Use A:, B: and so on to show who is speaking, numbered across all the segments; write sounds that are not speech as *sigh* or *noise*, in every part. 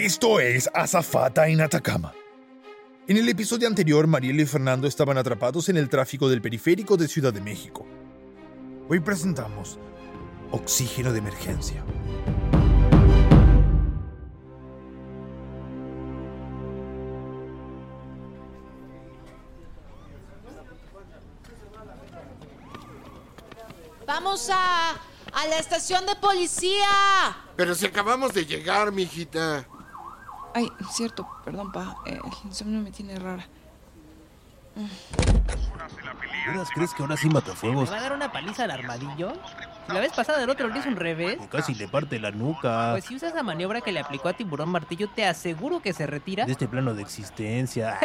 A: Esto es Azafata en Atacama. En el episodio anterior, Mariela y Fernando estaban atrapados en el tráfico del periférico de Ciudad de México. Hoy presentamos Oxígeno de Emergencia.
B: Vamos a, a la estación de policía.
C: Pero si acabamos de llegar, mijita.
D: Ay, cierto, perdón, pa. eh, el insomnio me tiene rara.
E: ¿Juras crees que ahora sí matafuegos?
F: ¿Le va a dar una paliza al armadillo? Si la vez pasada el otro le hizo un revés,
E: Casi le parte la nuca
F: pues si usas la maniobra que le aplicó a Tiburón Martillo, te aseguro que se retira.
E: de este plano de existencia.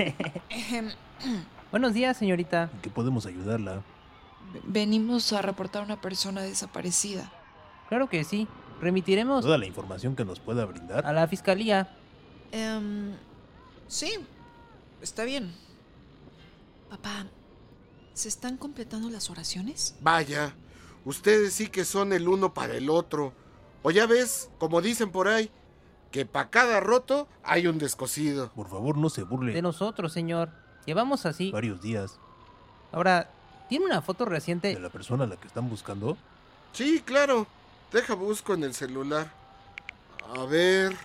E: *laughs*
F: Buenos días, señorita.
E: que podemos ayudarla.
D: Ve- Venimos a reportar a una persona desaparecida.
F: Claro que sí. Remitiremos
E: Toda la información que nos pueda brindar.
F: a la fiscalía.
D: Em, sí, está bien. Papá, ¿se están completando las oraciones?
C: Vaya, ustedes sí que son el uno para el otro. O ya ves, como dicen por ahí, que para cada roto hay un descosido.
E: Por favor, no se
F: De
E: burle.
F: nosotros, señor. Llevamos así.
E: Varios días
F: Ahora, ¿tiene una foto
E: de
F: reciente?
E: la persona a la que están buscando.
C: Sí, claro. Deja busco en el celular. A ver.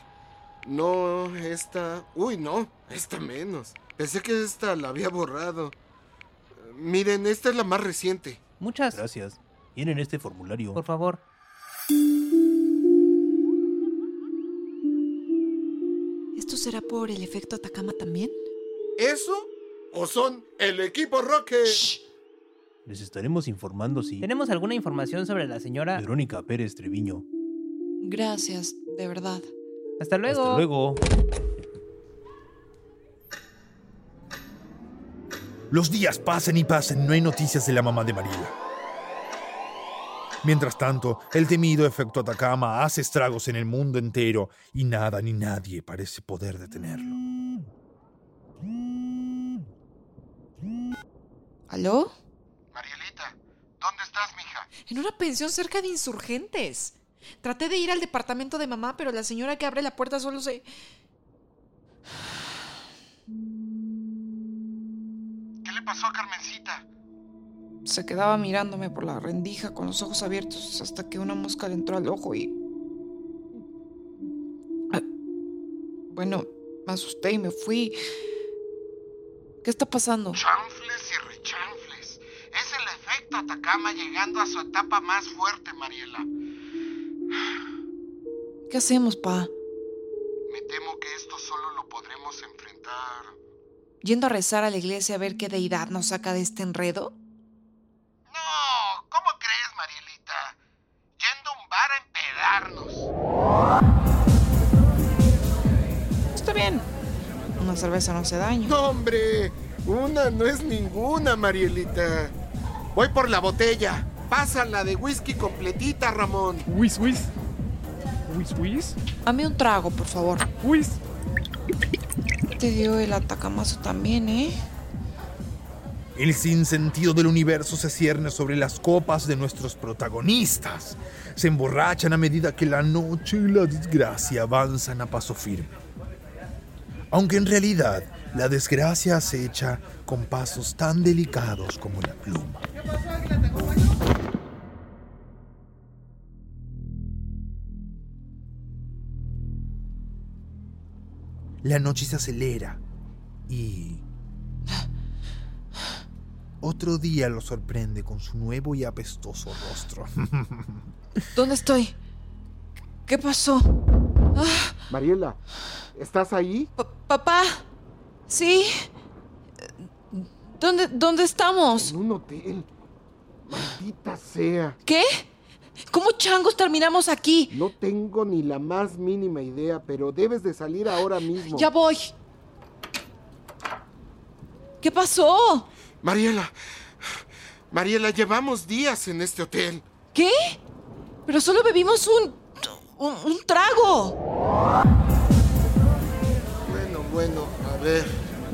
C: No, esta. Uy, no, esta menos. Pensé que esta la había borrado. Eh, Miren, esta es la más reciente.
F: Muchas.
E: Gracias. Llenen este formulario.
F: Por favor.
D: ¿Esto será por el efecto Atacama también?
C: ¿Eso? ¿O son el equipo Rocket?
E: Les estaremos informando si
F: ¿Tenemos alguna información sobre la señora?
E: Verónica Pérez Treviño.
D: Gracias, de verdad.
F: Hasta luego.
E: Hasta luego.
A: Los días pasan y pasan, no hay noticias de la mamá de Mariela. Mientras tanto, el temido efecto Atacama hace estragos en el mundo entero y nada ni nadie parece poder detenerlo.
D: ¿Aló?
C: Marielita, ¿dónde estás, mija?
D: En una pensión cerca de insurgentes. Traté de ir al departamento de mamá, pero la señora que abre la puerta solo se...
C: ¿Qué le pasó a Carmencita?
D: Se quedaba mirándome por la rendija con los ojos abiertos hasta que una mosca le entró al ojo y... Ah, Bueno, me asusté y me fui. ¿Qué está pasando?
C: Chanfles y rechanfles. Es el efecto Atacama llegando a su etapa más fuerte, Mariela.
D: ¿Qué hacemos, pa?
C: Me temo que esto solo lo podremos enfrentar.
D: ¿Yendo a rezar a la iglesia a ver qué deidad nos saca de este enredo?
C: No, ¿cómo crees, Marielita? Yendo a un bar a empedarnos.
D: Está bien. Una cerveza no hace daño.
C: No, hombre. Una no es ninguna, Marielita. Voy por la botella. Pásala de whisky completita, Ramón.
G: Whis, whis. Whis, whis.
D: Dame un trago, por favor.
G: Whis.
D: Te dio el atacamazo también, ¿eh?
A: El sinsentido del universo se cierne sobre las copas de nuestros protagonistas. Se emborrachan a medida que la noche y la desgracia avanzan a paso firme. Aunque en realidad la desgracia acecha con pasos tan delicados como la pluma. La noche se acelera y otro día lo sorprende con su nuevo y apestoso rostro. *laughs*
D: ¿Dónde estoy? ¿Qué pasó?
C: Mariela, ¿estás ahí?
D: Pa- papá, ¿sí? ¿Dónde, ¿Dónde estamos?
C: un hotel. Maldita sea.
D: ¿Qué? ¿Cómo changos terminamos aquí?
C: No tengo ni la más mínima idea, pero debes de salir ahora mismo.
D: Ya voy. ¿Qué pasó?
C: Mariela. Mariela, llevamos días en este hotel.
D: ¿Qué? Pero solo bebimos un... un, un trago.
C: Bueno, bueno, a ver.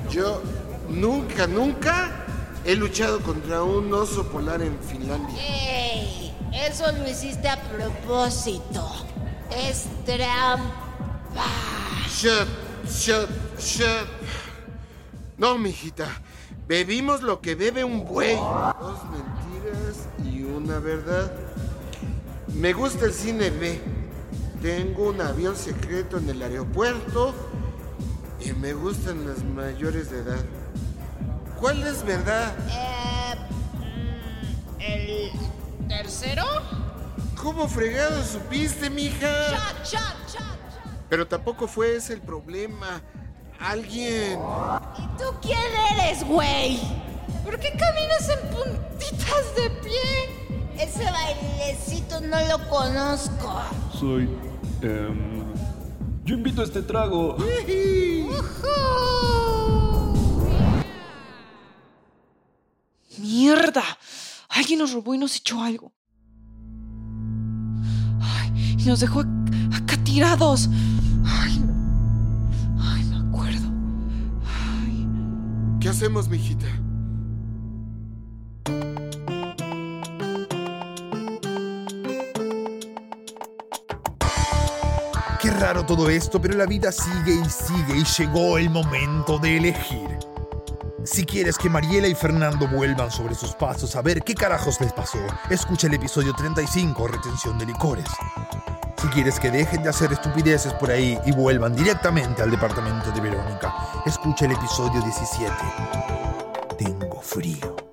C: Yo nunca, nunca he luchado contra un oso polar en Finlandia.
H: ¡Ey! Eso lo hiciste a propósito. Es trampa.
C: Shut, shut, shut. No, mijita. Bebimos lo que bebe un buey. Dos mentiras y una verdad. Me gusta el cine B. Tengo un avión secreto en el aeropuerto. Y me gustan las mayores de edad. ¿Cuál es verdad?
H: Eh, mm, ¿El tercero?
C: ¿Cómo fregado supiste, mija?
H: ¡Chat, chat, chat! chat.
C: Pero tampoco fue ese el problema. Alguien.
H: ¿Y tú quién eres, güey? ¿Por qué caminas en puntitas de pie? Ese bailecito no lo conozco.
G: Soy. em, yo invito a este trago.
D: ¡Mierda! Alguien nos robó y nos echó algo. Ay, y nos dejó ac- acá tirados. Ay, no. Ay, me acuerdo. Ay.
C: ¿Qué hacemos, mijita?
A: Qué raro todo esto, pero la vida sigue y sigue y llegó el momento de elegir. Si quieres que Mariela y Fernando vuelvan sobre sus pasos a ver qué carajos les pasó, escucha el episodio 35, Retención de Licores. Si quieres que dejen de hacer estupideces por ahí y vuelvan directamente al departamento de Verónica, escucha el episodio 17. Tengo frío.